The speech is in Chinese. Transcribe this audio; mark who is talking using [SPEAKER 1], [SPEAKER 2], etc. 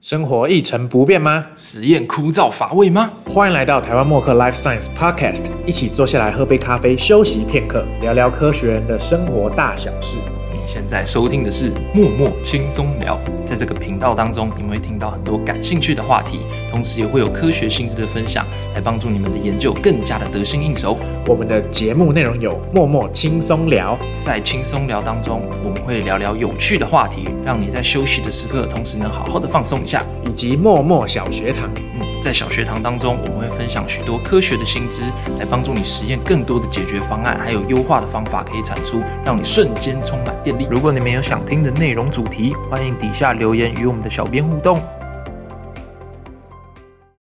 [SPEAKER 1] 生活一成不变吗？
[SPEAKER 2] 实验枯燥乏味吗？
[SPEAKER 1] 欢迎来到台湾默克 Life Science Podcast，一起坐下来喝杯咖啡，休息片刻，聊聊科学人的生活大小事。
[SPEAKER 2] 你现在收听的是《默默轻松聊》。在这个频道当中，你们会听到很多感兴趣的话题，同时也会有科学性质的分享，来帮助你们的研究更加的得心应手。
[SPEAKER 1] 我们的节目内容有默默轻松聊，
[SPEAKER 2] 在轻松聊当中，我们会聊聊有趣的话题，让你在休息的时刻，同时能好好的放松一下。
[SPEAKER 1] 以及默默小学堂。
[SPEAKER 2] 嗯，在小学堂当中，我们会分享许多科学的新知，来帮助你实验更多的解决方案，还有优化的方法可以产出，让你瞬间充满电力。如果你们有想听的内容主题，欢迎底下留言与我们的小编互动。